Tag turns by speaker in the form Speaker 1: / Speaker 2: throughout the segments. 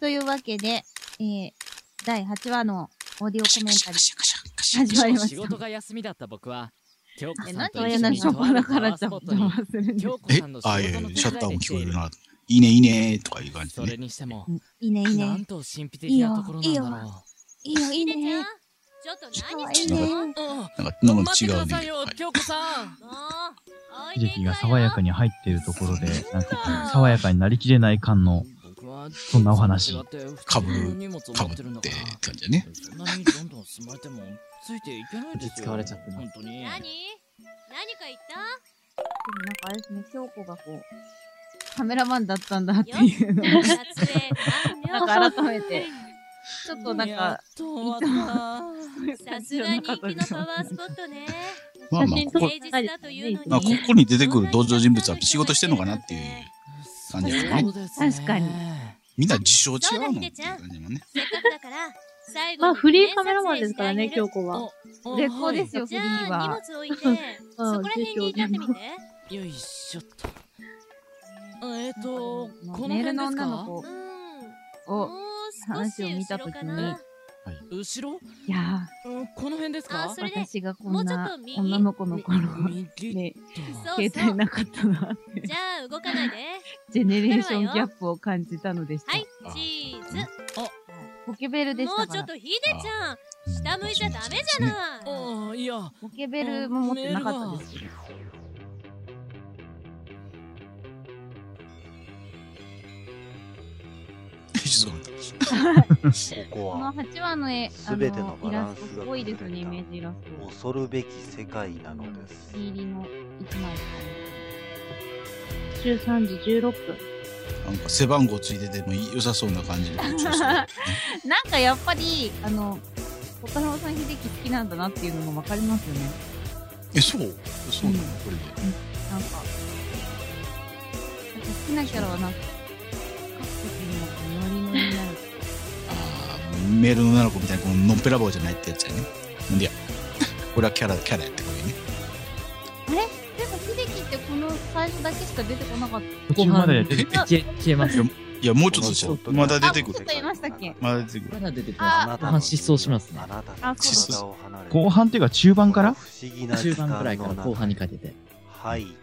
Speaker 1: というわけで、えー、第8話のオーディオコメンタリー
Speaker 2: シャカシャカシャカシャカシャ
Speaker 1: 始まりま
Speaker 3: 仕
Speaker 1: した。
Speaker 3: 事が休みだった僕は、京子
Speaker 1: え、
Speaker 3: さ
Speaker 1: なんんで
Speaker 3: と
Speaker 1: 親
Speaker 3: 一
Speaker 1: なり
Speaker 3: 緒に
Speaker 1: しょっぱなから
Speaker 3: と
Speaker 1: じ
Speaker 3: あ
Speaker 1: ゃ
Speaker 3: るパワー
Speaker 1: ん
Speaker 3: スポットに
Speaker 1: するんで
Speaker 3: 京子
Speaker 2: え
Speaker 3: さんの仕
Speaker 2: あ、いや
Speaker 3: 事
Speaker 2: い
Speaker 3: の
Speaker 2: やシャッターも聞こえる
Speaker 3: 手伝い
Speaker 2: な。いいね、いいねとかいう感
Speaker 3: で
Speaker 2: じ
Speaker 3: そ
Speaker 2: で
Speaker 3: れ
Speaker 2: ね。
Speaker 3: にしても、
Speaker 1: いいね、いい
Speaker 3: な
Speaker 1: ね
Speaker 3: ん。と神秘的なところなんだろう。
Speaker 1: いいいいよ、いい
Speaker 4: ねちゃん
Speaker 1: ね。
Speaker 4: ちょっと
Speaker 1: かわ
Speaker 4: 何
Speaker 1: い
Speaker 4: し
Speaker 1: い
Speaker 4: てんの
Speaker 1: ね。
Speaker 4: もう
Speaker 3: あ
Speaker 2: なんか、なんか
Speaker 3: 待
Speaker 2: 違
Speaker 3: ってく
Speaker 2: う
Speaker 3: だ
Speaker 2: ね。
Speaker 3: さいよ、京子さん。
Speaker 4: おいで
Speaker 5: 秀
Speaker 4: 行
Speaker 5: 樹
Speaker 4: くわ
Speaker 5: が
Speaker 4: よ
Speaker 5: 爽やかに入っているところで、なんかこう爽やかになりきれない感の、
Speaker 3: 僕は
Speaker 5: そんなお話。
Speaker 2: かぶる
Speaker 3: 荷物を
Speaker 2: か
Speaker 3: 持
Speaker 2: ぶ
Speaker 3: ってるん
Speaker 2: っ
Speaker 3: だ
Speaker 2: て
Speaker 3: か
Speaker 2: 感じだね。
Speaker 3: らそんなにどんどん進まれてもついていけないですよ。
Speaker 6: 使われちゃってる
Speaker 3: 本当に。
Speaker 4: 何何か言った
Speaker 1: でもなんかあれですね、京子がこう、カメラマンだったんだっていうのを、
Speaker 4: 撮影
Speaker 1: なん
Speaker 4: 完
Speaker 1: か
Speaker 4: 了
Speaker 1: 改めて、ちょっとなん
Speaker 3: やっ
Speaker 1: か、
Speaker 3: と終わっ
Speaker 1: そういう
Speaker 4: さ
Speaker 1: 感
Speaker 4: す
Speaker 1: じじ
Speaker 4: が
Speaker 1: ゃな
Speaker 4: 人
Speaker 1: かった
Speaker 4: 気
Speaker 1: で
Speaker 4: の
Speaker 1: す
Speaker 4: パ
Speaker 1: よ
Speaker 4: ワ
Speaker 1: ね
Speaker 4: ースポットね
Speaker 2: まあまあ、ここ、
Speaker 4: 誠実だというのに
Speaker 2: まあ、ここに出てくる登場人物は非仕事してんのかなっていう。
Speaker 3: た。
Speaker 2: 感じですね
Speaker 3: そうですね
Speaker 1: 確かに。
Speaker 2: みんな自称違うのっていう感じもね。
Speaker 4: せっかくだから最後
Speaker 7: まあ、
Speaker 4: に
Speaker 7: フリーカメラマンですからね、
Speaker 4: 記念
Speaker 7: 京
Speaker 4: 撮
Speaker 7: 子は。
Speaker 3: お
Speaker 1: 絶好です
Speaker 3: は
Speaker 1: よ、フ
Speaker 4: 影
Speaker 1: リ
Speaker 4: してあ
Speaker 1: ー
Speaker 4: げるじゃあ
Speaker 1: は。
Speaker 4: 荷物置いてそこら辺に立ってみて
Speaker 3: いよいしょっと。えっと、この
Speaker 1: メール
Speaker 3: 辺で
Speaker 1: の
Speaker 3: す
Speaker 1: 女の
Speaker 3: か
Speaker 1: 子
Speaker 4: うん
Speaker 1: を、
Speaker 4: もう少し
Speaker 1: 話を見た
Speaker 4: 後
Speaker 1: と
Speaker 4: ろ
Speaker 1: き
Speaker 4: か
Speaker 1: に
Speaker 4: な、
Speaker 3: 後ろ
Speaker 1: いや
Speaker 3: うんこの辺です
Speaker 4: あ
Speaker 3: か
Speaker 4: そ
Speaker 1: ー、
Speaker 4: れで
Speaker 1: 私がこん
Speaker 4: もうちょ
Speaker 1: な
Speaker 4: っと右
Speaker 1: 女の子の頃、
Speaker 3: み右
Speaker 1: ね、
Speaker 4: そうそう
Speaker 1: 携帯なかったなっていう
Speaker 4: じゃあ動かないで
Speaker 1: ジェネレーションギャップを感じたのでした。
Speaker 4: はいチーズ
Speaker 1: ポケベルでし
Speaker 4: も
Speaker 1: た
Speaker 4: う
Speaker 1: か
Speaker 4: ちょっ
Speaker 1: ら。
Speaker 4: とヒデちゃん下向いちゃダメじゃ
Speaker 2: ない。
Speaker 4: ない
Speaker 3: ああ、いや。
Speaker 1: ポケベルも持ってなかったです。
Speaker 2: 静かになった
Speaker 8: ここ
Speaker 1: この
Speaker 8: は
Speaker 1: 8話の絵、あ
Speaker 8: 全ての
Speaker 1: の、イ
Speaker 8: バラ
Speaker 1: ラ
Speaker 8: ンス
Speaker 1: ス
Speaker 8: が
Speaker 1: トすごいですね、イメージイラスト。
Speaker 8: 恐るべき世界なのです。
Speaker 1: 入りの一枚。
Speaker 7: 13時16分。
Speaker 2: なんか背番号ついてても良さそうな感じで緊張してる。
Speaker 1: なんかやっぱり、あの、岡山さん秀樹好きなんだなっていうのもわかりますよね。
Speaker 2: え、そうそうなのこれで。
Speaker 1: なんか、なんか好きなキャラはなんか、各国にもこうノリノリになる。
Speaker 2: ああ、メールの女の子みたいな、こののっぺらぼうじゃないってやつやね。なんでや。 これはキャラ、キャラやってこれね。
Speaker 1: でも秀樹ってこの最初だけしか出てこなかった。
Speaker 5: 途中まで出て
Speaker 1: あ
Speaker 5: 消え消えます。
Speaker 2: いや、もうちょっとでしょ。まだ出てく
Speaker 1: あちょ
Speaker 2: る
Speaker 1: っ。といましたっけ
Speaker 2: まだ出てくる。
Speaker 6: まだ出てくる。
Speaker 1: あ
Speaker 8: な
Speaker 5: 後
Speaker 8: たの
Speaker 5: 半失踪しますね
Speaker 8: あなた
Speaker 1: あ
Speaker 8: の
Speaker 1: そう
Speaker 2: だ
Speaker 8: 体を離れて
Speaker 5: 後半っていうか中盤から
Speaker 8: 不思議な
Speaker 6: 中
Speaker 8: 時
Speaker 6: 盤
Speaker 8: 間
Speaker 6: くらいか
Speaker 8: の
Speaker 6: ら
Speaker 8: 中
Speaker 6: 後半にかけて。
Speaker 8: 入ってい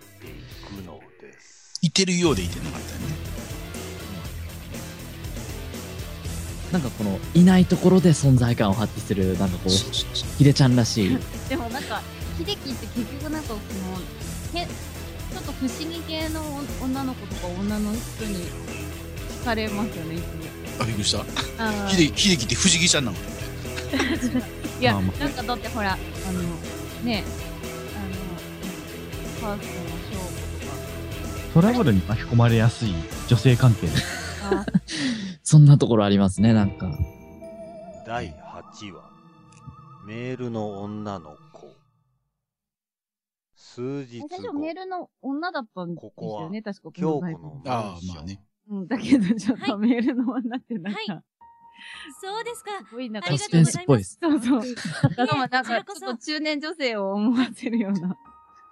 Speaker 8: くのです。
Speaker 2: いてるようでいてなかったよね。
Speaker 6: なんかこの、いないところで存在感を発揮する、なんかこ
Speaker 2: そう
Speaker 6: う、
Speaker 2: そうそう。
Speaker 6: ひでちゃんらしい。
Speaker 1: でもなんか、秀樹って結局なんかこの、へちょっと不思議系の女の子とか女の人に惹かれますよね、いつも。
Speaker 2: あ、びっくりした。
Speaker 1: あ
Speaker 2: 秀樹秀樹って不思議ちゃんなの
Speaker 1: いや、
Speaker 5: まあま
Speaker 1: なんかだってほら、あの、ねあの、ハウスの勝
Speaker 5: トラブルに巻き込まれやすい女性関係です。
Speaker 1: 負 とか、
Speaker 6: そんなところありますね、なんか。
Speaker 8: 第8話メールの女の子数日
Speaker 1: え最初メー
Speaker 8: 後
Speaker 1: ルの女だったんですよね、確か。
Speaker 8: 京
Speaker 1: こ
Speaker 8: 子
Speaker 1: の
Speaker 8: のマ
Speaker 2: あ
Speaker 8: ン
Speaker 2: あ、
Speaker 8: シ
Speaker 2: ま
Speaker 8: ョ
Speaker 2: あ
Speaker 8: ン、
Speaker 2: ね。
Speaker 1: うん、だけどちょっと
Speaker 4: は
Speaker 1: メールの女ってなんか、
Speaker 4: はいそうですか
Speaker 1: すごいなん
Speaker 4: あ
Speaker 1: か
Speaker 6: サ
Speaker 4: り、
Speaker 6: ス
Speaker 4: が
Speaker 6: ペ
Speaker 4: とう
Speaker 6: ン
Speaker 4: ご
Speaker 6: ス
Speaker 4: ざ
Speaker 6: っ
Speaker 4: い
Speaker 6: ぽい
Speaker 4: ま
Speaker 6: です。
Speaker 1: そうそう。だからなん
Speaker 4: こち
Speaker 1: からち
Speaker 4: こ
Speaker 1: ょ
Speaker 4: そ
Speaker 1: っと中年女性を思わせるような。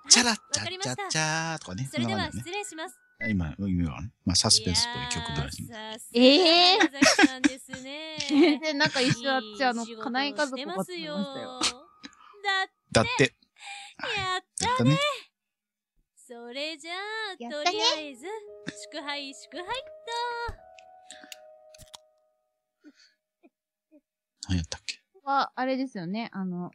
Speaker 2: チャラッチ
Speaker 4: わかり
Speaker 2: ャ
Speaker 4: ま
Speaker 2: チ
Speaker 4: し
Speaker 2: ャ
Speaker 4: た
Speaker 2: チャーとかね。
Speaker 4: それで
Speaker 2: んな
Speaker 4: は
Speaker 2: 感じね
Speaker 4: 失礼します
Speaker 2: 今、今はね、まあサスペンスっぽい曲だらしい
Speaker 4: い
Speaker 2: んです。
Speaker 4: やーさすが
Speaker 1: ええ
Speaker 4: 山崎さんですね
Speaker 1: 全然なんか一緒だっちゃあの、
Speaker 4: いい仕事を
Speaker 1: 金井家族かと思いまし
Speaker 4: してます
Speaker 1: た
Speaker 4: よ
Speaker 1: よ。
Speaker 4: だっ
Speaker 2: だって、
Speaker 4: てやった
Speaker 2: だったね。
Speaker 4: それじゃ
Speaker 1: や
Speaker 4: あ、
Speaker 1: っ
Speaker 4: と
Speaker 1: たね
Speaker 4: りあえず、祝杯祝杯っ
Speaker 2: 何やったっけ
Speaker 1: は、あれですよね、あの、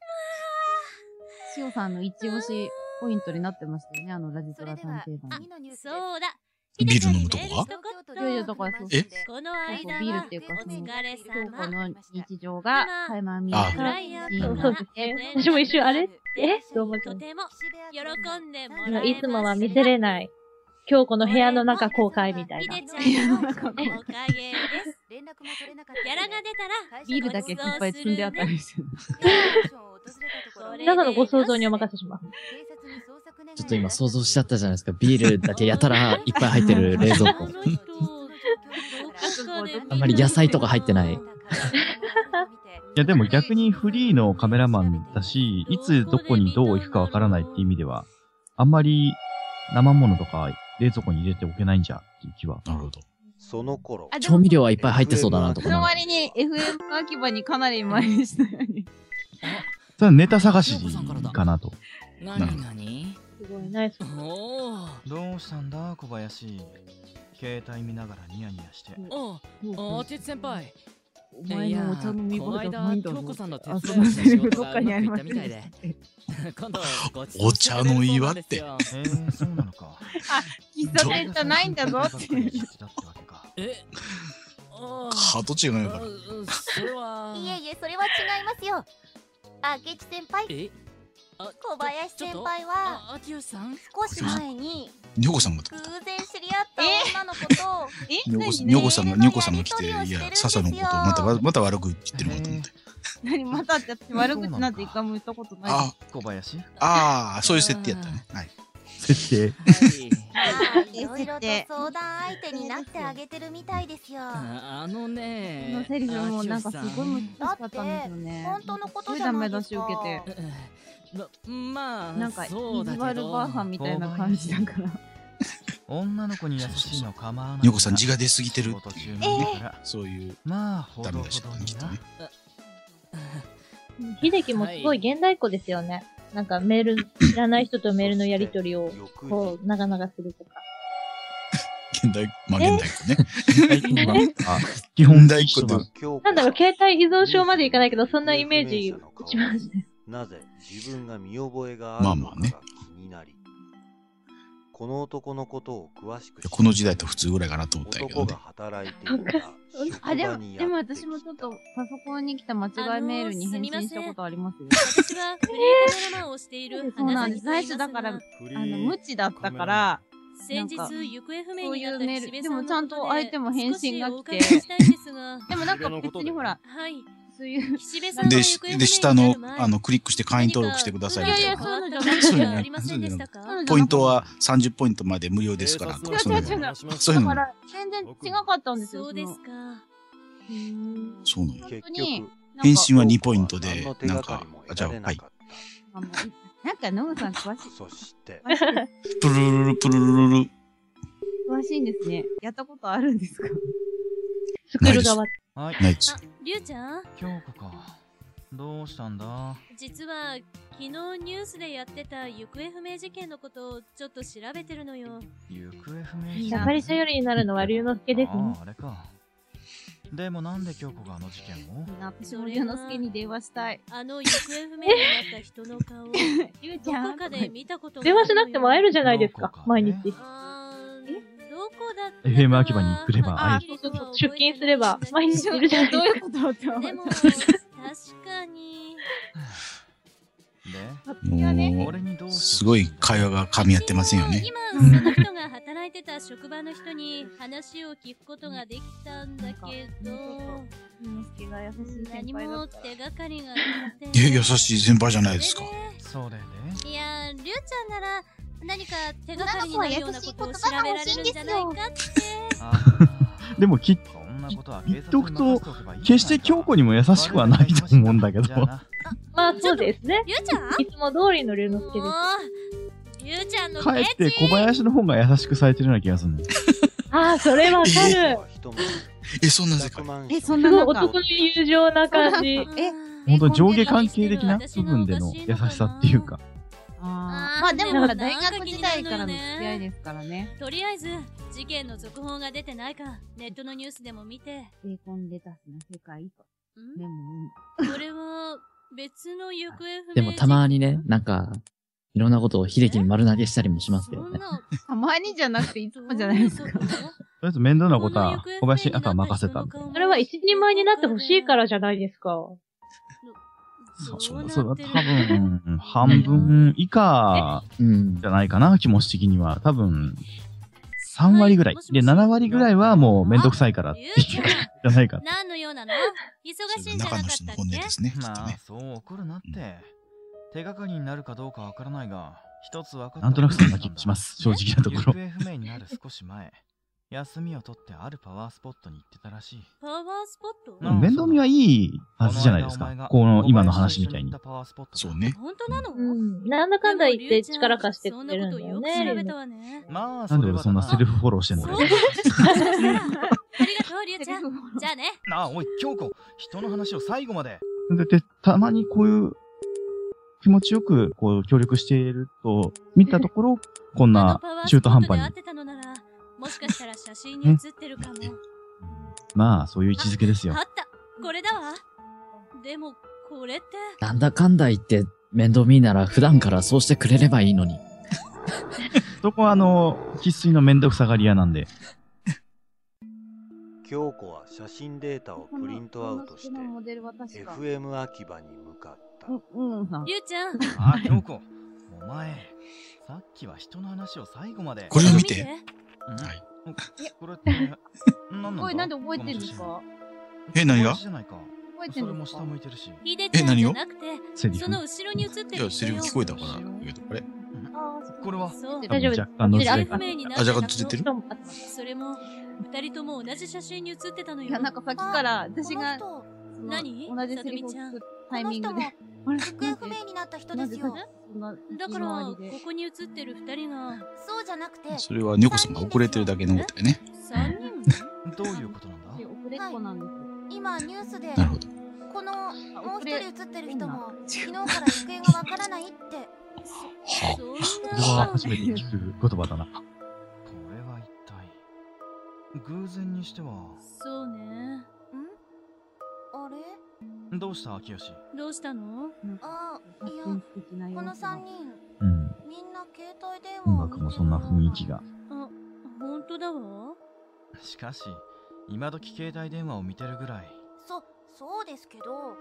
Speaker 1: しおさんの一押しポイントになってましたよね、あの、ラジトラ探偵団。
Speaker 4: と。そうだ。
Speaker 2: ビール飲むとこが
Speaker 4: ひでちゃんにメールしとこっと
Speaker 1: いやいや、だからそう
Speaker 2: え
Speaker 4: この間は、
Speaker 1: ビールっていうか
Speaker 4: お疲れ
Speaker 1: 京子
Speaker 4: 様。
Speaker 1: の日常が垣間見え
Speaker 2: あ
Speaker 1: る
Speaker 4: フライヤー
Speaker 1: そう
Speaker 4: から
Speaker 7: そうですね私も一瞬あれえと思っちゃ
Speaker 4: と
Speaker 7: う
Speaker 4: ても、喜んでもら
Speaker 7: あ
Speaker 4: えま
Speaker 7: の、
Speaker 4: した
Speaker 7: いつもは見せれない、京子の部屋の中公開 みたいな。
Speaker 4: ひでちゃんのおかげで
Speaker 1: 部屋の
Speaker 4: す。ギャラが出たら、
Speaker 1: ビールだけいっぱい積んであったりしてる。
Speaker 4: れ
Speaker 7: 皆さんのご想像にお任せします。
Speaker 6: ちょっと今想像しちゃったじゃないですか。ビールだけやたらいっぱい入ってる冷 蔵庫。
Speaker 4: あ
Speaker 6: んまり野菜とか入って ない
Speaker 4: い
Speaker 5: いやでも逆にフリーのカメラマンだし、いつどこにどう行くかわからないって意味では、あんまり生物とか冷蔵庫に入れておけないんじゃっていう気は
Speaker 2: なるほど。
Speaker 8: その頃
Speaker 1: あでも
Speaker 3: 調味料はいっぱい入ってそうだなと
Speaker 1: そ
Speaker 3: か
Speaker 1: の
Speaker 3: な。
Speaker 1: 割に FM 秋葉にかなり前でしたよね。
Speaker 5: それはネタ探しかなと。
Speaker 9: なになに
Speaker 7: すごい、ナイス。
Speaker 9: お
Speaker 5: どうしたんだ、小林。携帯見ながらニヤニヤして。
Speaker 9: おおおお鉄先輩
Speaker 1: お前のお茶飲み
Speaker 9: こ
Speaker 1: 頃
Speaker 9: の
Speaker 1: がない
Speaker 9: 間
Speaker 1: んだろ
Speaker 9: 京
Speaker 1: う
Speaker 9: 子さんの手
Speaker 1: あそ
Speaker 9: 伝いを
Speaker 1: の
Speaker 9: した
Speaker 1: セ
Speaker 9: 仕
Speaker 1: リフ
Speaker 9: 事
Speaker 1: どっ
Speaker 9: が
Speaker 1: か
Speaker 9: う
Speaker 1: にあ
Speaker 9: まく
Speaker 1: り
Speaker 9: いった
Speaker 1: ま
Speaker 9: みたいで
Speaker 1: したね。
Speaker 9: 今度ごちそう
Speaker 2: お茶の岩って
Speaker 9: してくれるそうなんですよ
Speaker 5: えー、そうなのか。
Speaker 1: 喫茶店じゃないんだぞっていう。
Speaker 9: えお
Speaker 2: 角違いだから。
Speaker 9: ううそれはい
Speaker 6: えいえ、それは違いますよ。明智先輩、
Speaker 9: えあ
Speaker 6: 小
Speaker 9: ちょ
Speaker 6: 林先
Speaker 9: ちょっと
Speaker 6: 輩は
Speaker 9: あ秋吉さん
Speaker 6: 少し前に
Speaker 2: ニョコさんが、
Speaker 6: 偶然知り合った女の子と
Speaker 1: え
Speaker 2: ニョコさん、
Speaker 1: 何
Speaker 2: ニョコさんが、ニョコさんが来て、い
Speaker 6: やりとりをしてるんで
Speaker 2: や、笹の
Speaker 6: すよ
Speaker 2: ことをまたわ、また悪く言ってるのかと思って。
Speaker 1: 何またって私悪口なんて一回も言ったことない。
Speaker 2: あ
Speaker 5: 小林
Speaker 2: あー、そういう設定やったね。はい。
Speaker 5: 設定。
Speaker 9: はい
Speaker 6: まあいろいろと相談相手になってあげてるみたいですよ。
Speaker 9: ああのね
Speaker 1: このセリフもなんかすごい難しかったんですよね。
Speaker 6: 本当のことじゃないですか
Speaker 1: すごいダメ出し受けて。
Speaker 9: うんまあ
Speaker 1: なんか、
Speaker 9: そう
Speaker 1: 意
Speaker 9: だけ
Speaker 1: 地
Speaker 9: ど
Speaker 1: 悪ばあさんみたいな感じだから。
Speaker 5: 女の子に優しいの構わない。
Speaker 2: ニョコさん、字が出すぎてるっていう、ね
Speaker 5: えー
Speaker 2: そういう
Speaker 5: まあ、ほ
Speaker 2: ダ
Speaker 5: ど
Speaker 2: メ
Speaker 5: ほ
Speaker 2: 出しだ
Speaker 5: ど
Speaker 2: ね、き
Speaker 5: に
Speaker 2: っと
Speaker 5: な
Speaker 2: ね。。
Speaker 7: 秀樹もすごい現代っ子ですよね。なんかメール、知らない人とメールのやりとりを、こう、長々するとか。
Speaker 2: 現代、まあ現代だね。
Speaker 5: あ基本的
Speaker 2: 現代っ子
Speaker 5: に
Speaker 2: と
Speaker 7: なんだろう、携帯依存症までいかないけど、そんなイメージ打ちますね。
Speaker 8: なぜ自分が見覚えがあるのかが気になり、この男のことを詳しく知る
Speaker 2: この時代と普通ぐらいかなと思ったんやけど
Speaker 8: 男が
Speaker 2: ね。
Speaker 8: 働いていた職
Speaker 1: あ、で
Speaker 8: 場
Speaker 1: も、
Speaker 8: に
Speaker 1: で
Speaker 8: や
Speaker 1: も
Speaker 8: ってき
Speaker 1: 私
Speaker 8: た
Speaker 1: もちょっとパソコンに来た間違いメールに返信したことありますよ。
Speaker 4: 私はフリーカメラマンをしている
Speaker 1: そうなん
Speaker 4: 花
Speaker 1: で
Speaker 4: 崎
Speaker 1: す。
Speaker 4: と言
Speaker 1: 最
Speaker 4: い
Speaker 1: 初
Speaker 4: ま
Speaker 1: だ
Speaker 4: す
Speaker 1: から、
Speaker 4: が
Speaker 1: あ、の、無知だったから、
Speaker 4: 先日
Speaker 1: なんか
Speaker 4: 行方不明
Speaker 1: そう
Speaker 4: に
Speaker 1: い
Speaker 4: な
Speaker 1: う
Speaker 4: った
Speaker 1: メー
Speaker 4: 岸
Speaker 1: ル、
Speaker 4: 辺
Speaker 1: で
Speaker 4: さんの
Speaker 1: も
Speaker 4: こ
Speaker 1: ちゃんと相手も返信が来て、
Speaker 4: 少しお伺いしたいんですが
Speaker 1: でもなんか別にほら、
Speaker 4: はい
Speaker 1: そういう、
Speaker 4: 岸辺さんの
Speaker 2: で、
Speaker 4: 行
Speaker 2: し
Speaker 4: 方不明になる前
Speaker 2: で、下の、あの、クリックして会員登録してくださいみたい
Speaker 1: やや。
Speaker 2: な
Speaker 1: そういうのじゃな
Speaker 4: 何か
Speaker 1: い
Speaker 4: 変わったことがありませんでしたか
Speaker 1: そういうのじゃな
Speaker 2: ポイントは30ポイントまで無料ですから、とか、そうい
Speaker 1: 違う違
Speaker 2: う
Speaker 1: う
Speaker 2: の。
Speaker 1: 違う。
Speaker 2: そうい
Speaker 1: だ
Speaker 2: うの
Speaker 1: から、全然違かったんですよ。
Speaker 4: そうですか
Speaker 1: そのうん
Speaker 2: そうなの。
Speaker 1: 本
Speaker 8: 結
Speaker 1: 当に
Speaker 8: 局、
Speaker 1: なんか
Speaker 2: 返信は2ポイントで
Speaker 8: 何の、手
Speaker 2: なん
Speaker 8: がか
Speaker 2: か
Speaker 8: りも、
Speaker 2: あ
Speaker 8: 得
Speaker 2: じゃ
Speaker 8: ら
Speaker 2: あ、
Speaker 8: れ
Speaker 2: は
Speaker 8: ないか。った
Speaker 1: あのなんか、ノムさん詳しい。
Speaker 8: そして、
Speaker 1: 詳しい
Speaker 2: プルルルプルルルル。
Speaker 1: 詳しいんですね。やったことあるんですか
Speaker 7: 作る側。
Speaker 5: はい、
Speaker 2: ナイツ
Speaker 4: あ。りゅうちゃん
Speaker 5: 京子か。どうしたんだ
Speaker 4: 実は昨日ニュースでやってた行方不明事件のことをちょっと調べてるのよ
Speaker 5: 行方不明
Speaker 7: やっぱり頼りになるのは龍之介ですね
Speaker 5: あ。あ、あれか。でもなんで京子があの事件を
Speaker 1: 私も龍之介に電話したい。
Speaker 4: あの行方不明になった人の顔をど
Speaker 1: ゆうちゃ
Speaker 4: こ
Speaker 1: ん、
Speaker 4: かで見たことがあるの
Speaker 7: 電
Speaker 4: よ
Speaker 7: 話しなくても会えるじゃないですか、毎日。
Speaker 4: あーどこだったか
Speaker 5: FM 秋葉に来れば
Speaker 4: は
Speaker 1: 会
Speaker 4: っ
Speaker 1: え
Speaker 4: き
Speaker 7: そう
Speaker 4: りと
Speaker 7: そう
Speaker 4: は
Speaker 7: そ
Speaker 4: 覚えてな
Speaker 7: う出
Speaker 4: い
Speaker 7: 勤すれば、毎日いるじゃない
Speaker 1: ど
Speaker 7: で
Speaker 1: う
Speaker 7: す
Speaker 1: い
Speaker 7: か。
Speaker 1: うことって思っ
Speaker 4: でも、
Speaker 1: て。
Speaker 4: 確かに。
Speaker 2: も
Speaker 5: で、
Speaker 2: う
Speaker 5: 俺にどう
Speaker 2: すごい会話が噛み合ってませんよね。
Speaker 4: 今、その人が働いてた職場の人に話を聞くことができたんだけど、
Speaker 1: 龍之介が優しい
Speaker 4: 何
Speaker 1: 先輩だ
Speaker 4: も
Speaker 1: ったら
Speaker 4: 手がかりがなくて。
Speaker 2: いや、優しい先輩じゃないですか。
Speaker 5: それで
Speaker 4: それでいや、りゅうちゃんなら、何か手がかりになるようなことを調べられるんじゃないかって。
Speaker 5: あ
Speaker 10: でもきっ
Speaker 5: ーこんなことは
Speaker 10: 言っとくと
Speaker 5: 警察に任せおけばいいんじゃないか
Speaker 10: 決して京子にも優しくはないと思うんだけど
Speaker 5: じゃあな
Speaker 7: まあそうですね。
Speaker 4: りゅうちゃん
Speaker 7: いつも通りの龍之介です
Speaker 4: も。う、りゅうちゃんの
Speaker 10: かえ
Speaker 4: ケ
Speaker 10: って
Speaker 4: チ
Speaker 10: 小林の方が優しくされてるような気がするんだよ
Speaker 7: ああ、それわか る。
Speaker 2: え、そんな世界。
Speaker 1: え、そん
Speaker 7: す
Speaker 1: な
Speaker 7: ごい
Speaker 1: 中
Speaker 7: 男の友情な感じ。
Speaker 1: え
Speaker 10: 本当上下関係的な部分での優しさっていうか。
Speaker 1: あー
Speaker 4: あー
Speaker 1: まあでもほら
Speaker 4: で
Speaker 1: 大
Speaker 4: も
Speaker 1: 学時代からの付き合いですからね。
Speaker 4: とりあえず、事件の続報が出てないか、ネットのニュースでも見て。
Speaker 1: ベーコンレタスの世界と。
Speaker 4: ん
Speaker 1: でも、
Speaker 4: これは別の行方不明
Speaker 3: でもたまにね、なんか、いろんなことを秀樹に丸投げしたりもしますけど
Speaker 4: そん
Speaker 3: ね。
Speaker 4: な
Speaker 1: たまにじゃなくていつ
Speaker 4: どう
Speaker 1: もじゃないですか。
Speaker 4: うこと
Speaker 10: とりあえず面倒なことは小林にあとは任せたみたいな。
Speaker 7: それは一人前になってほしいからじゃないですか。
Speaker 4: そう
Speaker 10: そう
Speaker 4: な
Speaker 10: だ、
Speaker 4: って
Speaker 10: それ
Speaker 4: るの
Speaker 10: は多分、半分以下
Speaker 3: うん
Speaker 10: じ。ゃないかな、気持ち的には。多分、3割ぐらい。で、7割ぐらいはもうめんどくさいからっていうじゃないか。
Speaker 4: 何の用なの忙しいんじゃな
Speaker 2: 中
Speaker 4: かっ
Speaker 2: の人
Speaker 4: た
Speaker 2: の
Speaker 4: っ
Speaker 2: 本音
Speaker 4: け
Speaker 2: ですね、きっと
Speaker 5: まあ
Speaker 2: ね。
Speaker 5: そう怒るなって。手がかりになるかどうかわからないが、一つ分かった
Speaker 10: なんとなくそんな気がします。正直なとこ
Speaker 5: 行
Speaker 10: ろ。
Speaker 5: 方不明になる少し前、休みを取ってあるパワースポットに行ってたらしい。
Speaker 4: パワースポット
Speaker 5: うん
Speaker 10: 面倒見はいいはずじゃないですか。この今の話みたいに。。
Speaker 2: そう。ね。
Speaker 4: 本当なの
Speaker 7: うん。なんだかんだ言って力貸してくれるんだよ
Speaker 4: そんなことよく調べ
Speaker 7: ね
Speaker 4: た。わね。
Speaker 5: まあ、
Speaker 10: なんで俺そんなセルフフォローしてんの
Speaker 4: そう
Speaker 10: 俺
Speaker 4: だよ、りゅう ちゃん。じゃあね。
Speaker 10: なあ、おい、京子、人の話を最後まで。
Speaker 5: だって、たまにこういう、気持ちよく、こう、協力していると、見たところ、こんな、中途半端
Speaker 4: あのパワースポットで会っ
Speaker 5: に。
Speaker 4: てたのなら、もしかしたら写真に写ってるかも。
Speaker 5: まあ、そういう位置づけで すよ
Speaker 4: あ。ったこれだわでも、これって、
Speaker 3: なんだかんだ言って面倒見いなら普段からそうしてくれればいいのに。
Speaker 5: そこは、あの、生粋のめんどくさがり屋なんで。
Speaker 8: 京子は写真データをプリントアウトして
Speaker 1: このモデルは確か
Speaker 8: FM 秋葉に向かった
Speaker 1: うんうん
Speaker 4: りゅうちゃん。
Speaker 10: あ、京子、お前、さっきは人の話を最後まで。
Speaker 2: これを見て。
Speaker 10: はい。これ って、何なんだ
Speaker 1: おい、なんで覚えてるんですか
Speaker 2: え、何が
Speaker 10: じゃないか。
Speaker 1: 覚え
Speaker 10: そ
Speaker 1: てる
Speaker 10: れ
Speaker 1: ん
Speaker 10: も
Speaker 1: ですか
Speaker 10: 下向いてるし。
Speaker 4: ひで
Speaker 2: え
Speaker 4: ちゃん
Speaker 2: 何
Speaker 4: じ
Speaker 2: を
Speaker 4: ゃなくて、
Speaker 5: セリフ
Speaker 4: そ。の後ろに写って
Speaker 2: い
Speaker 4: る
Speaker 2: や、セリフ聞こえた
Speaker 4: も
Speaker 2: から、けど、あれ
Speaker 10: これは、
Speaker 4: そう。
Speaker 5: 多分
Speaker 7: 大丈夫
Speaker 5: 若干のズレ
Speaker 4: 不
Speaker 5: が。
Speaker 4: 明にな
Speaker 2: あ、
Speaker 4: っ
Speaker 2: じゃ
Speaker 4: て
Speaker 2: あ、
Speaker 4: た
Speaker 2: ずれてる
Speaker 7: 人もあった
Speaker 4: それも、二人とも同じ写真に写ってたのよ。
Speaker 1: いや、なんかさっきから私が
Speaker 6: この
Speaker 1: その
Speaker 4: 何
Speaker 1: 同じセリフを聞くタイミン
Speaker 6: 人
Speaker 1: グ
Speaker 6: この
Speaker 1: で。
Speaker 6: 人も行 方不明になった人ですよ
Speaker 4: だから、ここに写ってる二人が、
Speaker 6: そうじゃなくて
Speaker 2: それは猫さんが遅れてるだけのことだよね。
Speaker 4: 三人
Speaker 10: どういうことなんだ
Speaker 1: 遅れっ子なんですよ。
Speaker 6: 今ニュースで
Speaker 2: なるほど。
Speaker 6: このもう一
Speaker 1: 遅れ
Speaker 6: 人写ってる人も昨日から行方がわからないって
Speaker 2: は
Speaker 5: こ
Speaker 4: そん
Speaker 5: れは
Speaker 4: な。
Speaker 5: 初めて聞く言葉だな。
Speaker 10: これは一体。偶然にしては、
Speaker 4: そうね。
Speaker 6: あれ
Speaker 10: どうした、秋吉。
Speaker 4: どうしたの
Speaker 6: あーいや
Speaker 1: 本質的な要素
Speaker 6: こ
Speaker 1: が
Speaker 6: の3人
Speaker 5: うん。
Speaker 6: みんな携帯電話
Speaker 5: 音
Speaker 6: を見て
Speaker 5: 楽もそんな雰囲気が。
Speaker 4: あ、本当だわ。
Speaker 10: しかし、今時携帯電話を見てるぐらい。
Speaker 6: そそうですけど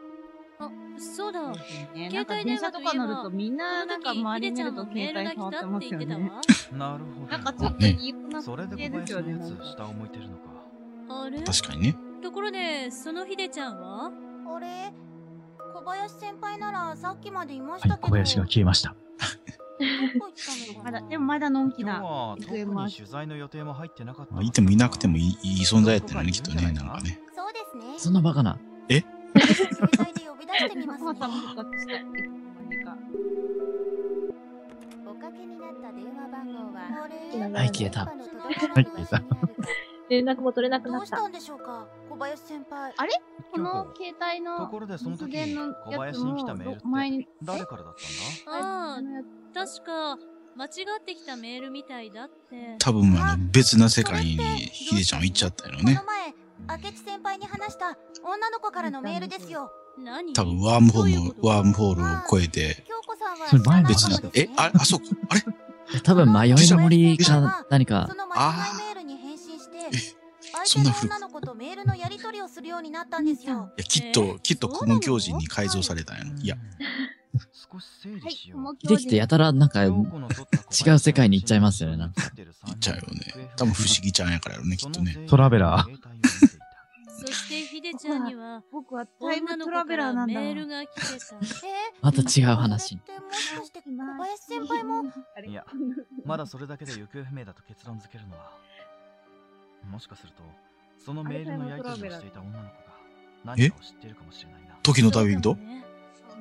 Speaker 4: あ、そうだ。
Speaker 1: ね
Speaker 4: 携帯電話といえ
Speaker 1: なんか電車とか乗
Speaker 4: ば
Speaker 1: るとみんななんか周り見ると携帯触ってますよね。
Speaker 10: なるほど。
Speaker 1: なんかちょっと言うな
Speaker 10: それで小林のやつ、下を向いてるのか。
Speaker 4: あれ
Speaker 2: あ、確かにね。
Speaker 4: ところで、そのひでちゃんは
Speaker 6: あれ小林先輩ならさっきまでいまし
Speaker 5: はい、
Speaker 6: たけど、
Speaker 5: 小林が消えました。
Speaker 6: どこ行ったの
Speaker 1: ま
Speaker 6: か
Speaker 1: だ、
Speaker 6: な
Speaker 1: でもまだのんき
Speaker 10: 今日
Speaker 1: な。
Speaker 10: は特
Speaker 1: 行方もあっ
Speaker 10: に取材の予定も入ってなかったの
Speaker 2: まあ、
Speaker 10: か。
Speaker 2: いてもいなくてもいいいい存在やったのね、きっとね。なんかね。
Speaker 6: そうですね
Speaker 3: そんなバカな。
Speaker 6: 携帯で呼び出してみますね
Speaker 1: 母さんも復活した。何か
Speaker 6: おかけになった電話番号は
Speaker 3: はい消えた
Speaker 6: はい
Speaker 5: 消えた
Speaker 7: 連絡も取れなく
Speaker 6: ど
Speaker 7: な
Speaker 6: う
Speaker 7: っ。
Speaker 6: したたんでしょうか小林先輩
Speaker 1: この携帯
Speaker 10: と
Speaker 1: の
Speaker 10: ころでその
Speaker 1: 無
Speaker 10: 時
Speaker 1: 限の
Speaker 10: 小
Speaker 1: やつ
Speaker 10: 林に来た
Speaker 1: も
Speaker 10: メールって
Speaker 1: 前に、
Speaker 10: 誰からだったんだ
Speaker 4: あ
Speaker 1: あのやつ
Speaker 4: あ、確か、間違ってきたメールみたいだって。
Speaker 2: 多分、あの、別な世界にヒデちゃんは行っちゃったよ
Speaker 6: こ
Speaker 2: ね
Speaker 6: の。前明智先輩に話した女の子からのメールですよ
Speaker 4: 何
Speaker 2: 多分、ワームホール、ワームホールを越えて、
Speaker 6: 京子さんは
Speaker 5: それ前の
Speaker 2: 別な
Speaker 6: 知らい、
Speaker 2: え、あれ、あ、そうか、あれ
Speaker 3: いや多分迷いの森か何
Speaker 6: 方そ
Speaker 3: か、
Speaker 6: の間違いメールに返信して
Speaker 2: そ
Speaker 6: 相
Speaker 2: ん
Speaker 6: 手
Speaker 2: な古く
Speaker 6: の女の子とメールのやり取りをするようになったんですよ
Speaker 2: いや、きっと、きっと古文教人に改造されたんやろ。いや、、
Speaker 10: 少し整理しよう。
Speaker 1: はい
Speaker 3: できてやたらなんか、
Speaker 10: 京子の撮った小林
Speaker 3: 違う世界に行っちゃいますよねなん
Speaker 10: か。行
Speaker 2: 行っちゃうよね。多分、不思議ちゃんやからやろね、きっとね。
Speaker 5: トラベラ
Speaker 10: ー。
Speaker 4: そしてひでちゃんには、
Speaker 1: 僕はタイ
Speaker 4: 女
Speaker 1: ム
Speaker 4: の
Speaker 1: ト
Speaker 4: 子
Speaker 1: ラ
Speaker 4: か
Speaker 1: ベラー
Speaker 4: ら
Speaker 1: なん
Speaker 4: メ
Speaker 1: だ。
Speaker 4: ールが来てた。
Speaker 6: え
Speaker 3: また違う話に。
Speaker 6: それってもしかして小林先輩も
Speaker 10: いや、まだそれだけで行方不明だと結論付けるのは。もしかすると、そのメールのやり取りをしていた女の子が何かを知っているかもしれないな。
Speaker 2: 時の旅人
Speaker 4: そう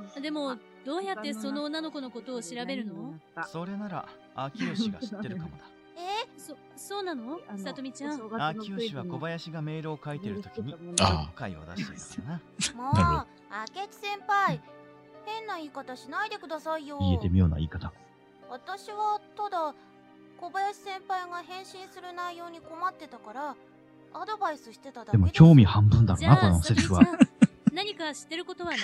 Speaker 4: だねでも、どうやってその女の子のことを調べるの
Speaker 10: それなら、秋吉が知ってるかもだ。
Speaker 6: え
Speaker 4: そ、そうなのさとみちゃん。
Speaker 10: 秋吉は小林がメールを書いてるときに、
Speaker 2: ああ
Speaker 10: 回を出していたからな。
Speaker 6: もう
Speaker 2: なるほど
Speaker 6: 明智先輩変な言い方しないでくださいよ
Speaker 5: 言えて妙な言い方。
Speaker 6: 私はただ小林先輩が返信する内容に困ってたからアドバイスしてただけ
Speaker 5: でも
Speaker 6: す
Speaker 5: 興味半分だろ
Speaker 4: じ
Speaker 5: う
Speaker 4: ゃ
Speaker 5: な、こ
Speaker 4: あ、
Speaker 5: の
Speaker 4: さと
Speaker 5: セリ
Speaker 4: みち
Speaker 5: フ
Speaker 4: ゃ
Speaker 5: は。
Speaker 4: ん、何か知ってることはない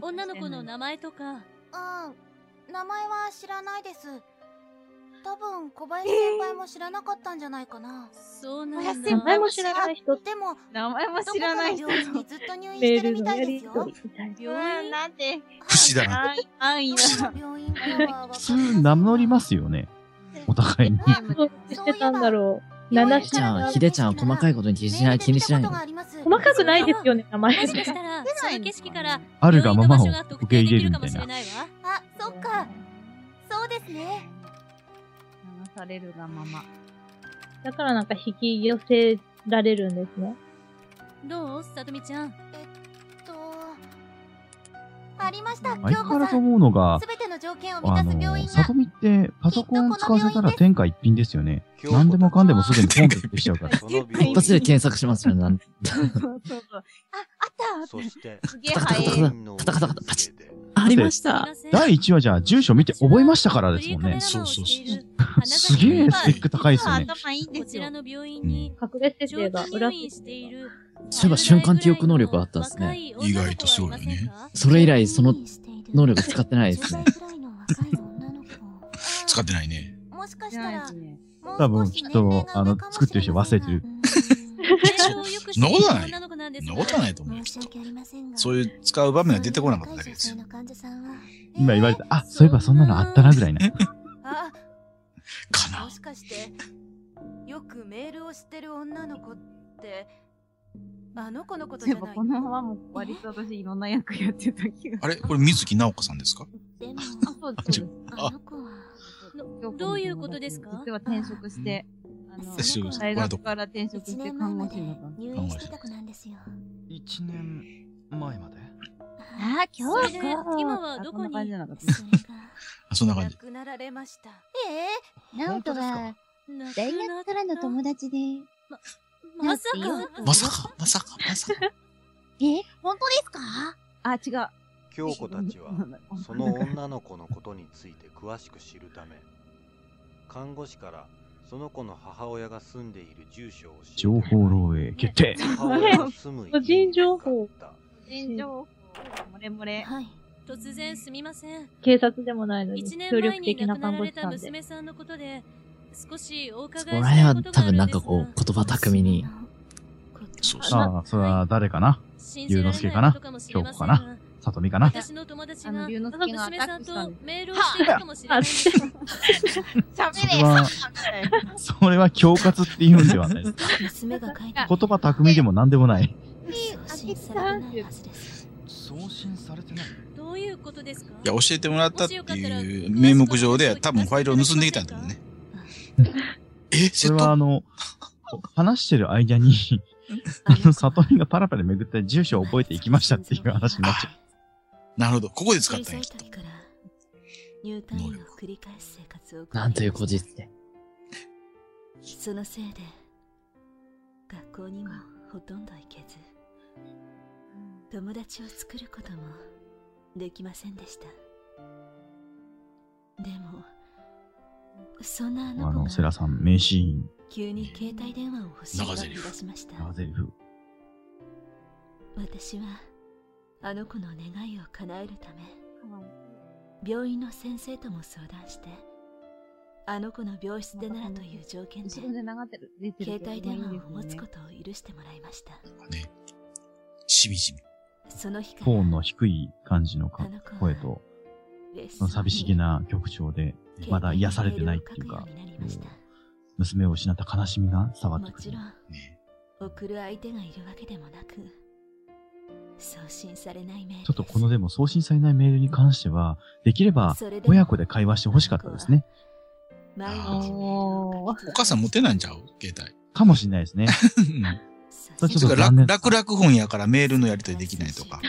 Speaker 4: 女の子の名前とか。
Speaker 6: うん名前は知らないです多分小林先輩も知らなかったんじゃないかな、
Speaker 4: そうなんだ。
Speaker 7: 名前も知らない人と
Speaker 6: でも
Speaker 1: 名前も
Speaker 6: ど
Speaker 1: 知
Speaker 6: こ
Speaker 1: ら
Speaker 6: か
Speaker 1: な
Speaker 6: の
Speaker 1: い人
Speaker 6: 病院にずっと入院
Speaker 7: メ
Speaker 6: し
Speaker 7: ー
Speaker 6: てる
Speaker 7: ル
Speaker 6: み
Speaker 7: の
Speaker 6: た
Speaker 7: や
Speaker 6: いで
Speaker 7: り
Speaker 6: すよど
Speaker 7: 取
Speaker 6: こ
Speaker 7: りみたいな。
Speaker 4: 病院
Speaker 1: なん て
Speaker 2: 不死だな。
Speaker 1: 安易
Speaker 6: の病院かは分かりません
Speaker 5: 普通名乗り ますよね。お互いに。
Speaker 7: どうしてたんだろう。
Speaker 6: そういえば
Speaker 7: 7
Speaker 3: ヒデちゃ
Speaker 6: うん
Speaker 3: ん、ヒデちゃんは細かいことに気にしない、気にしない
Speaker 6: メールで見たこ
Speaker 3: の
Speaker 6: とが。あります
Speaker 7: 細かくないですよね、名前
Speaker 4: もしかした
Speaker 7: が。
Speaker 4: ら、
Speaker 1: 出
Speaker 4: そ
Speaker 1: ないのかな
Speaker 4: の景色から、
Speaker 5: あるがままを
Speaker 4: 病院の場所が
Speaker 5: 受
Speaker 4: 特
Speaker 5: け
Speaker 4: 定
Speaker 5: 入
Speaker 4: で
Speaker 5: れ
Speaker 4: きる
Speaker 5: るみ
Speaker 4: かも
Speaker 5: たい
Speaker 4: し
Speaker 5: な
Speaker 4: れ。ないわ。
Speaker 6: あそっかそうですね
Speaker 1: 流されるが まま。
Speaker 7: だからなんか引き寄せられるんですね。
Speaker 4: どうさとみちゃん。
Speaker 6: えっとありました。
Speaker 5: 相
Speaker 6: 京
Speaker 5: 変
Speaker 6: 子
Speaker 5: わら
Speaker 6: さ
Speaker 5: ず
Speaker 6: ん。
Speaker 5: 思うのが
Speaker 6: す、べての条件を満
Speaker 5: あ
Speaker 6: たす病
Speaker 5: の、
Speaker 6: 院
Speaker 5: さ
Speaker 6: が
Speaker 5: とみってパソコン使わせたら天下一品ですよね。何でもかんでもすぐにポンとできちゃうから。
Speaker 3: 一発で検索しますよね。なん
Speaker 8: そして、
Speaker 7: すげえ
Speaker 3: カタカタカ
Speaker 7: 早い。
Speaker 3: タカタカタカタパチッありました。
Speaker 5: 第1話じゃあ住所見て覚えましたからですもんね。
Speaker 4: そうそう
Speaker 5: そう。すげえスペック高いですよね。
Speaker 7: 頭いいんですよ。
Speaker 4: 隠
Speaker 7: れ設定が裏付
Speaker 4: している
Speaker 3: そういえば瞬間記憶能力あったんですね。
Speaker 2: 意外とそうだね。
Speaker 3: それ以来その能力使ってないですね。
Speaker 2: 使ってな いね。
Speaker 6: もしかしたら、
Speaker 5: 多分きっと、あの、作ってる人忘れて る。
Speaker 2: そんなことはないよ。そんなことはないと思うよ。そういう使う場面が出てこなかっただけですよ。
Speaker 5: 今言われた、あ、そういえばそんなのあったなぐらいな。
Speaker 11: あもしかしてよくメールを知ってる女の子ってあの子のことじゃない
Speaker 1: このままも割と私いろんな役やってた気が
Speaker 2: あれこれ水木直子さんですか
Speaker 1: あ、そうです。そうです
Speaker 2: あ、
Speaker 4: どういうことですか
Speaker 1: 実は転職して、あの
Speaker 2: 転職し、て
Speaker 1: 大学から転職して看護師になったんです。
Speaker 6: 入院してた子なんですよ。
Speaker 10: 1年前まで
Speaker 7: あ、今
Speaker 4: 日今はどこに
Speaker 1: 感じじゃなかった
Speaker 2: あ、そんな感じ。
Speaker 11: 亡くなられました
Speaker 12: えナオトは大学からの友達で。
Speaker 4: まさか
Speaker 2: まさか、まさか、まさか。
Speaker 12: え、本当ですか
Speaker 1: あ、違う。
Speaker 8: 京子たちはその女の子のことについて詳しく知るため看護師からその子の母親が住んでいる住所を知
Speaker 5: 情報漏洩決定。
Speaker 8: 母親の住む
Speaker 7: 個人情報。
Speaker 4: 個人情報もれもれ突然すみません
Speaker 7: 警察でもないのに
Speaker 4: 一、年
Speaker 7: 協
Speaker 4: 前
Speaker 7: 力
Speaker 4: に
Speaker 7: 的
Speaker 4: 亡
Speaker 7: な
Speaker 4: くな
Speaker 7: 看
Speaker 4: ら
Speaker 7: 護
Speaker 4: れ
Speaker 7: 師
Speaker 4: た
Speaker 7: さんで。
Speaker 4: 娘さんのことで少しお伺いし
Speaker 3: この辺
Speaker 4: たい
Speaker 3: は
Speaker 4: こ
Speaker 3: 多
Speaker 4: とがあ
Speaker 3: 分
Speaker 4: る
Speaker 3: なんん
Speaker 4: で
Speaker 3: か
Speaker 4: す
Speaker 3: こう言葉巧みに。
Speaker 5: さあ、それは誰かな
Speaker 4: 信じ
Speaker 5: ゆ
Speaker 4: ら
Speaker 5: う
Speaker 4: れない
Speaker 5: のすけかな
Speaker 4: ことかもしれ
Speaker 5: 京
Speaker 4: ま
Speaker 5: 子
Speaker 4: せん
Speaker 5: か
Speaker 4: が
Speaker 5: なさとみかな
Speaker 4: 私の友達が
Speaker 1: あの龍之介がア
Speaker 4: 娘
Speaker 1: タッ
Speaker 4: さ
Speaker 1: クし
Speaker 4: ん
Speaker 1: たん
Speaker 4: と
Speaker 1: です
Speaker 4: メールをしているかもしれ ない
Speaker 5: それは、それは恐喝っていうんではないです。
Speaker 11: 娘が帰って
Speaker 5: 言葉巧みでも何でもない。
Speaker 10: 送信されてない
Speaker 4: どういうことですか
Speaker 2: いや、教えてもらったっていう名目上で、多分ファイルを盗んできたんだよね。え、
Speaker 5: それはあの、話してる間に、 あの、さとみがパラパラめぐって住所を覚えていきましたっていう話になっちゃ
Speaker 2: う。なるほど、ここで使った
Speaker 11: 小
Speaker 2: ん
Speaker 11: さ
Speaker 2: や
Speaker 11: い。時から入退院を繰り返す生活を送り
Speaker 3: なんという口実で。
Speaker 11: そのせいで学校にもほとんど行けず友達を作ることもできませんでしたでもそんなあ
Speaker 5: う。あ
Speaker 11: の
Speaker 5: の、
Speaker 11: 子
Speaker 5: セ
Speaker 11: が
Speaker 5: ラさん、名シーン、
Speaker 11: 急に携帯電話を欲しいと
Speaker 5: 長ゼ
Speaker 11: 言
Speaker 5: リ
Speaker 11: い
Speaker 5: フ
Speaker 11: 出しました
Speaker 5: 長ゼリフ。
Speaker 11: 私はあの子の願いを叶えるため病院の先生とも相談してあの子の病室でならという条件で
Speaker 1: 後ろで流れてる出てる
Speaker 11: 携帯
Speaker 1: けど
Speaker 11: 電
Speaker 1: まあいい
Speaker 11: 話
Speaker 1: です
Speaker 11: を
Speaker 1: よね
Speaker 11: 持つことを許してもらいました
Speaker 2: しみじみ。
Speaker 11: その日か
Speaker 5: トーンの低い感じのか声と、その寂しげな曲調で、まだ癒されてないっていうか、こう娘を失った悲しみが触
Speaker 11: ら
Speaker 5: って
Speaker 11: も
Speaker 5: く
Speaker 11: ち
Speaker 5: る
Speaker 11: ろ。ん送る相手がいるわけでもなく送信されないメール
Speaker 5: ちょっとこのでも送信されないメールに関しては、できれば
Speaker 11: それでも
Speaker 5: 親子で会話してほしかったですね。
Speaker 11: 毎日メールを書き
Speaker 2: お母さん持ってないんちゃう携帯。
Speaker 5: かもしれないですね。それちょっと残念。
Speaker 2: 楽楽本やからメールのやりとりできないとか。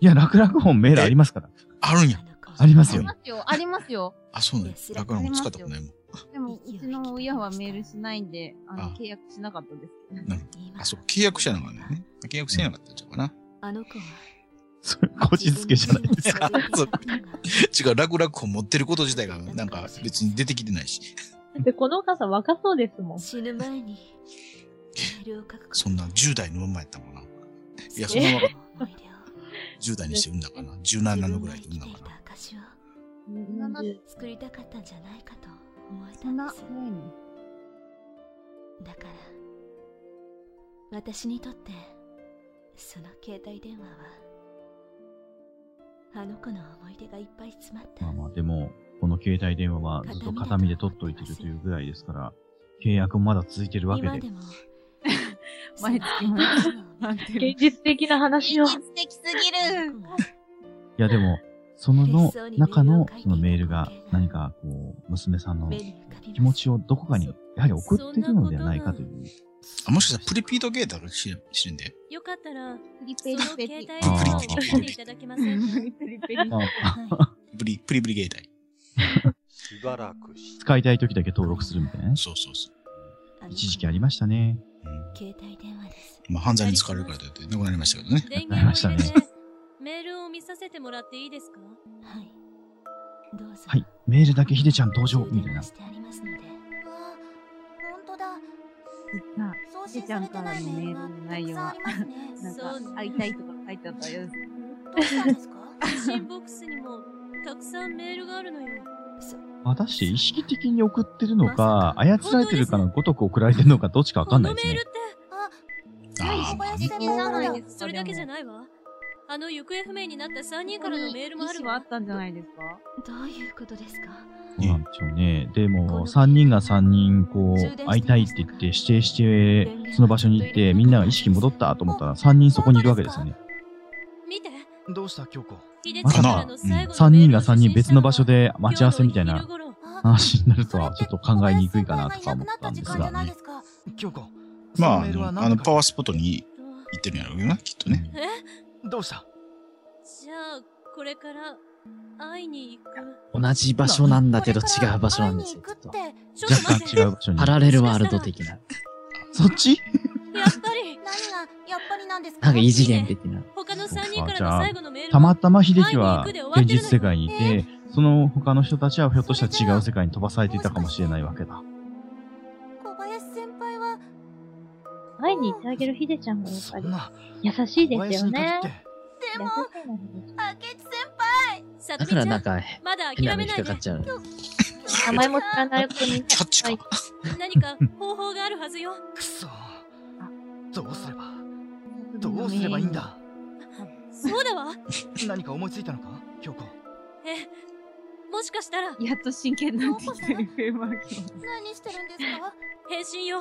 Speaker 5: いや、楽々本メールありますから。
Speaker 2: あるんや。
Speaker 5: ありますよ。
Speaker 1: ありますよ。
Speaker 2: あ、そうなの楽々本使ったことないもん。
Speaker 1: でも、うちの親はメールしないんで、あの契約しなかったです。
Speaker 2: なるほど。あ、そう、契約者なのね。契約せなかったんちゃうかな。
Speaker 11: あの子は
Speaker 5: それ、こじつけじゃないですか。
Speaker 2: 違う、楽々本持ってること自体が、なんか別に出てきてないし。
Speaker 7: で、このお母さん若そうですもん。
Speaker 11: 死ぬ前に。
Speaker 2: そんな10代のまんまやったもんな。いや、そんなまま。10代にして産んだかな。17のぐらいで産んだかな。
Speaker 11: 証を
Speaker 1: うん
Speaker 11: 作りたかったんじゃないかと思え
Speaker 1: そ
Speaker 11: た
Speaker 1: ん
Speaker 11: ん
Speaker 1: な
Speaker 11: で
Speaker 1: 早
Speaker 11: す
Speaker 1: いの。
Speaker 11: だから私にとってその携帯電話はあの子の思い出がいっぱい詰まった
Speaker 5: まあまあ、でも、この携帯電話はずっと片身で取っといてるというぐらいですから、契約もまだ続いてるわけ
Speaker 11: 今
Speaker 5: で
Speaker 11: で。も
Speaker 1: 毎月 毎
Speaker 7: 月現実的な話を。現
Speaker 11: 実的すぎる。
Speaker 5: いやでも、そのの中のそのメールが何かこう、娘さんの気持ちをどこかにやはり送っているのではないかという。
Speaker 2: あ、もしかしたらプリピートゲーターかもしれんで。
Speaker 4: よかったら、
Speaker 1: ペリペリ
Speaker 4: その携帯電話を送っていただけませんか
Speaker 2: あプリ、プリプリ携帯。
Speaker 8: しばらくし
Speaker 5: 使いたい時だけ登録するみたいな。そうそうそう一時期ありましたね。
Speaker 11: 携帯電話です。
Speaker 2: まあ、犯罪に使われるからだって、なくなりましたけどね。
Speaker 4: 電
Speaker 5: なりまし
Speaker 4: 源
Speaker 5: た
Speaker 4: を入
Speaker 5: ね
Speaker 4: れて、メールを見させてもらっていいですかはい。
Speaker 11: どうぞ。
Speaker 5: はい。メールだけひでちゃん登場みたいな。
Speaker 11: してありますので。
Speaker 1: そうしちゃんからのメールの内容は、なんか、会いたいとか書いてあったよ。
Speaker 4: どうしたんですか発信ボックスにも、たくさんメールがあるのよ。
Speaker 5: 果たして意識的に送ってるのか、操られてるかのごとく送られてるのか、どっちかわかんないですね。
Speaker 4: あ
Speaker 2: あ、まあ
Speaker 1: ね
Speaker 4: じゃないですか。それだけじゃないわ。あの、行方不明になった3人からのメールもあるわ。あったんじゃないですか
Speaker 11: どういうことですか
Speaker 5: そうなんでしょうね。でも、3人が3人、こう、会いたいって言って、指定して、その場所に行って、みんなが意識戻ったと思ったら、3人そこにいるわけですよね。
Speaker 4: 見て。
Speaker 10: どうした、京子
Speaker 5: まさか、3人が3人別の場所で待ち合わせみたいな話になるとは、ちょっと考えにくいかなとか思ったんですがね。
Speaker 10: 京子、その
Speaker 2: まあ、
Speaker 10: メ
Speaker 2: あ
Speaker 10: ールは
Speaker 2: の
Speaker 10: 何
Speaker 2: あのパワースポットに行ってるんやろうけどな、きっとね。
Speaker 4: え
Speaker 10: どうした
Speaker 4: じゃあ、これから、会いに行く。
Speaker 3: 同じ場所なんだけど違う場所なんですよ。
Speaker 5: 若干違う場所に。
Speaker 3: パラレルワールド的な。
Speaker 5: そっち
Speaker 4: やっぱり
Speaker 6: 何がやっぱりなんです
Speaker 3: なんか異次元的な。
Speaker 4: 他の3
Speaker 5: じ
Speaker 4: 人からの
Speaker 5: ゃあ
Speaker 4: 最後のメー、ル
Speaker 5: た
Speaker 4: は
Speaker 5: またま秀樹は現実世界にいて、その他の人たちはひょっとしたら違う世界に飛ばされていたかもしれないわけだ。
Speaker 6: 小林先輩は
Speaker 7: 会いに行ってあげるヒデちゃんがやっぱり優しいですよね。
Speaker 6: でも明智先輩
Speaker 4: さ
Speaker 3: だからなんか、
Speaker 4: まだ
Speaker 3: 変なの
Speaker 4: 諦め
Speaker 3: に引っか
Speaker 4: ないで
Speaker 3: かっちゃう。
Speaker 7: 名前も知らない子に。
Speaker 2: キャッチか。
Speaker 4: 何か方法があるは ずよ。
Speaker 10: くそ。どうすればどうすればいいんだ
Speaker 4: そうだわ。
Speaker 10: 何か思いついたのか京子。
Speaker 4: え、もしかしたら。
Speaker 1: やっと真剣になってきた FM マーキ
Speaker 4: 何してるんですか返信よ。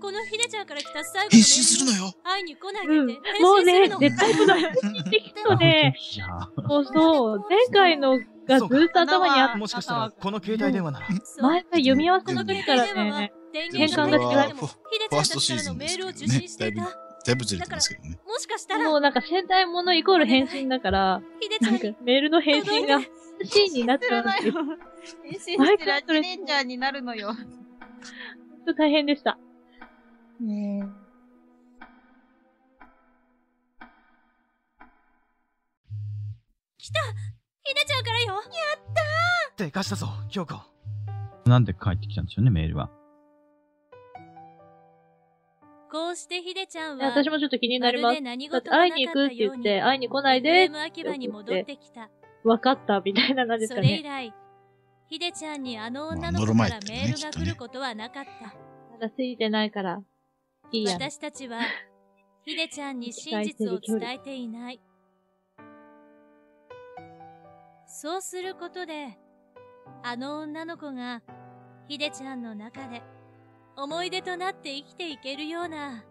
Speaker 4: このひでちゃんから来た最後のメールに。
Speaker 2: 返信するのよ
Speaker 4: 会いに来ないでって。返
Speaker 7: もう
Speaker 4: 信する
Speaker 7: ね
Speaker 4: の。、
Speaker 7: 絶対そうだよ。できそうで、そうそう、前回のがずっと頭にあった。
Speaker 10: もしかしたら、この携帯電話なら。
Speaker 7: 毎回読み合わせの時からね、変換が違う。
Speaker 2: ファーストシーズンですけどね。だいぶ、だいぶずれてますけどね。
Speaker 4: もしか
Speaker 7: したら。もうなんか戦隊ものイコール返信だから、なんかメールの返信がシーンになっちゃうんですよ。ちょ
Speaker 1: ー。変身したらジレンジャーになるのよ。
Speaker 7: っと大変でした。
Speaker 1: ねえ。
Speaker 4: 来たひでちゃんからよ。やった
Speaker 10: でかしたぞ、京子。
Speaker 5: なんで帰ってきたんでしょうね、メールは。
Speaker 4: ーこうしてひでちゃんは。
Speaker 7: 私もちょっと気になります。
Speaker 4: まるで何
Speaker 7: だっ
Speaker 4: 事も
Speaker 7: て
Speaker 4: なか
Speaker 7: 会
Speaker 4: っ
Speaker 7: い
Speaker 4: た
Speaker 7: に行くって言
Speaker 4: よう
Speaker 7: っ
Speaker 4: に
Speaker 7: て、会いに来ないでっ
Speaker 4: FM 秋
Speaker 7: て
Speaker 4: 葉に
Speaker 7: 送っ、
Speaker 4: 戻っててきた。
Speaker 7: 分かったみたいな感じです
Speaker 4: そ
Speaker 7: か
Speaker 4: れ以
Speaker 7: ね。
Speaker 4: 来、ひでちゃんにあの
Speaker 7: ま
Speaker 4: 女
Speaker 7: あ
Speaker 4: の
Speaker 7: 乗
Speaker 4: 子
Speaker 7: る
Speaker 4: か
Speaker 7: 前
Speaker 4: ら
Speaker 7: ってね
Speaker 4: メールが
Speaker 7: きっと
Speaker 4: 来
Speaker 7: ね
Speaker 4: ることはなかった。
Speaker 7: まだ過ぎてないから、いいや。
Speaker 4: 私た ちは、ひでちゃんに真実を伝えていない。そうすることで、あの女の子が、ひでちゃんの中で、思い出となって生きていけるような、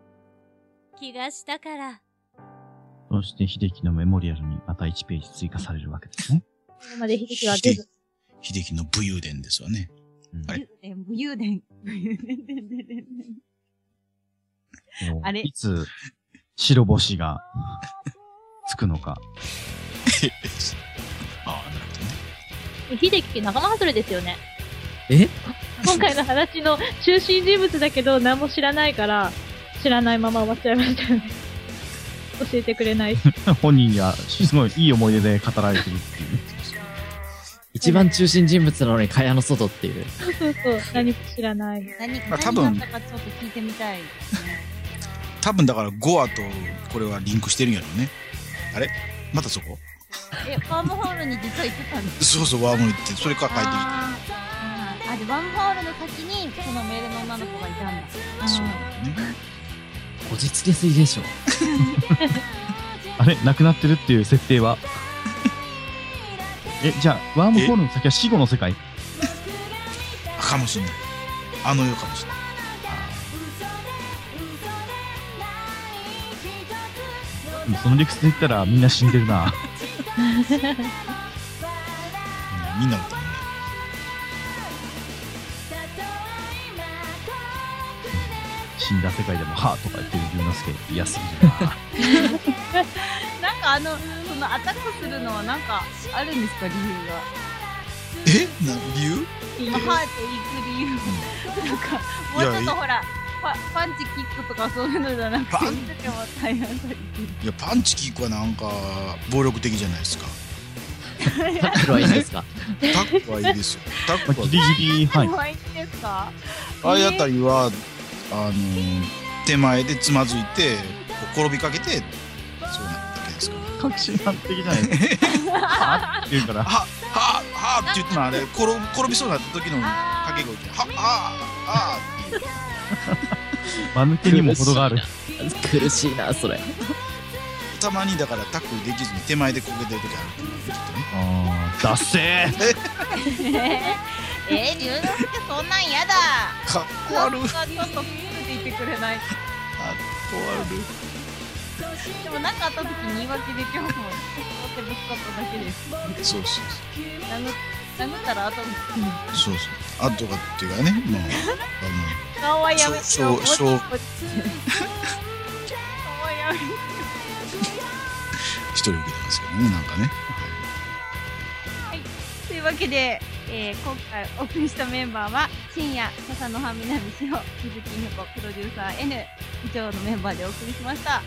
Speaker 4: 気がしたから。
Speaker 5: そして秀樹のメモリアルにまた1ページ追加されるわけですね。
Speaker 7: これまで秀樹は全部、
Speaker 2: 秀樹の武勇伝ですわね。はい。
Speaker 1: 武勇伝。武勇伝。でんでんでんでん
Speaker 5: もう
Speaker 1: あれ
Speaker 5: いつ、白星が、つくのか。
Speaker 7: 秀樹って仲間外れですよね。
Speaker 3: え
Speaker 7: 今回の話の中心人物だけど何も知らないから、知らないまま終わっちゃいましたよね。教えてくれないし。
Speaker 5: 本人が、すごいいい思い出で語られてるっていうね。
Speaker 3: 一番中心人物なのに蚊帳の外っていう。
Speaker 7: そうそうそう、何も知らない。
Speaker 1: 何、
Speaker 2: まあ多分
Speaker 1: 何があったかちょっと聞いてみたい。
Speaker 2: 多分だから5話とこれはリンクしてるんやろうね。あれまたそこ
Speaker 1: え、ワームホールに実は行ってたんです。
Speaker 2: そうそう、ワーム行って、それから帰ってきて。
Speaker 1: あーあ、で、ワームホールの先に、このメールの女の子がいたんだ。そう
Speaker 3: こじつけすぎでしょ。
Speaker 5: あれなくなってるっていう設定はえ、じゃあ、ワームホールの先は死後の世界
Speaker 2: かもしんない。あの世かもしんない。
Speaker 5: うんその理屈で言ったらみんな死んでる な。
Speaker 2: うんみんな歌うね。
Speaker 5: 死んだ世界でも、はぁとか言ってる龍之介って安すぎるな。
Speaker 1: なんかあの、そのアタックするのはなんかあるんですか、理
Speaker 2: えな理由
Speaker 1: 由が。今、ハート行く理由。なんか、もうちょっとほら、パパンチキックとかそういうのじゃなくて、
Speaker 2: パン
Speaker 1: いつでも 大変そうに
Speaker 2: いやパンチキークはなんか暴力的じゃないで すか
Speaker 3: タックルはいいですか
Speaker 2: タックルはいいですよタックルは
Speaker 5: ギリギリ
Speaker 1: 可愛いんですか
Speaker 2: ああいうあたりはあの手前でつまずいてこう転びかけてそうなっただけですか
Speaker 5: 確信犯的じゃないです
Speaker 2: か
Speaker 5: はぁって言うから、
Speaker 2: はははって言ってのはあれ転ぶ転びそうになった時の掛け声ではははっていう
Speaker 5: 間抜けにも程がある。
Speaker 3: 苦しいな、それ。
Speaker 2: たまにだからタックルできずに手前でこけてる時ある
Speaker 5: あー、だっせー
Speaker 1: えー、龍之介そんなん嫌だ
Speaker 2: かっこ悪い
Speaker 1: ちょっとついていてくれない
Speaker 2: とある
Speaker 1: でもなんかあった時に言い訳できますもん持ってぶつかっただけです
Speaker 2: そうそう
Speaker 1: 殴殴ったら後に
Speaker 2: そうそうあとかっていうかねまあ
Speaker 1: 顔はやめ
Speaker 2: しょう しょう
Speaker 1: 顔はやめ
Speaker 2: あの一人受けてますけどねなんかね
Speaker 1: はい、というわけで、えー今回お送りしたメンバーは深夜笹の葉南志保鈴木美穂子プロデューサー N 以上のメンバーでお送りしました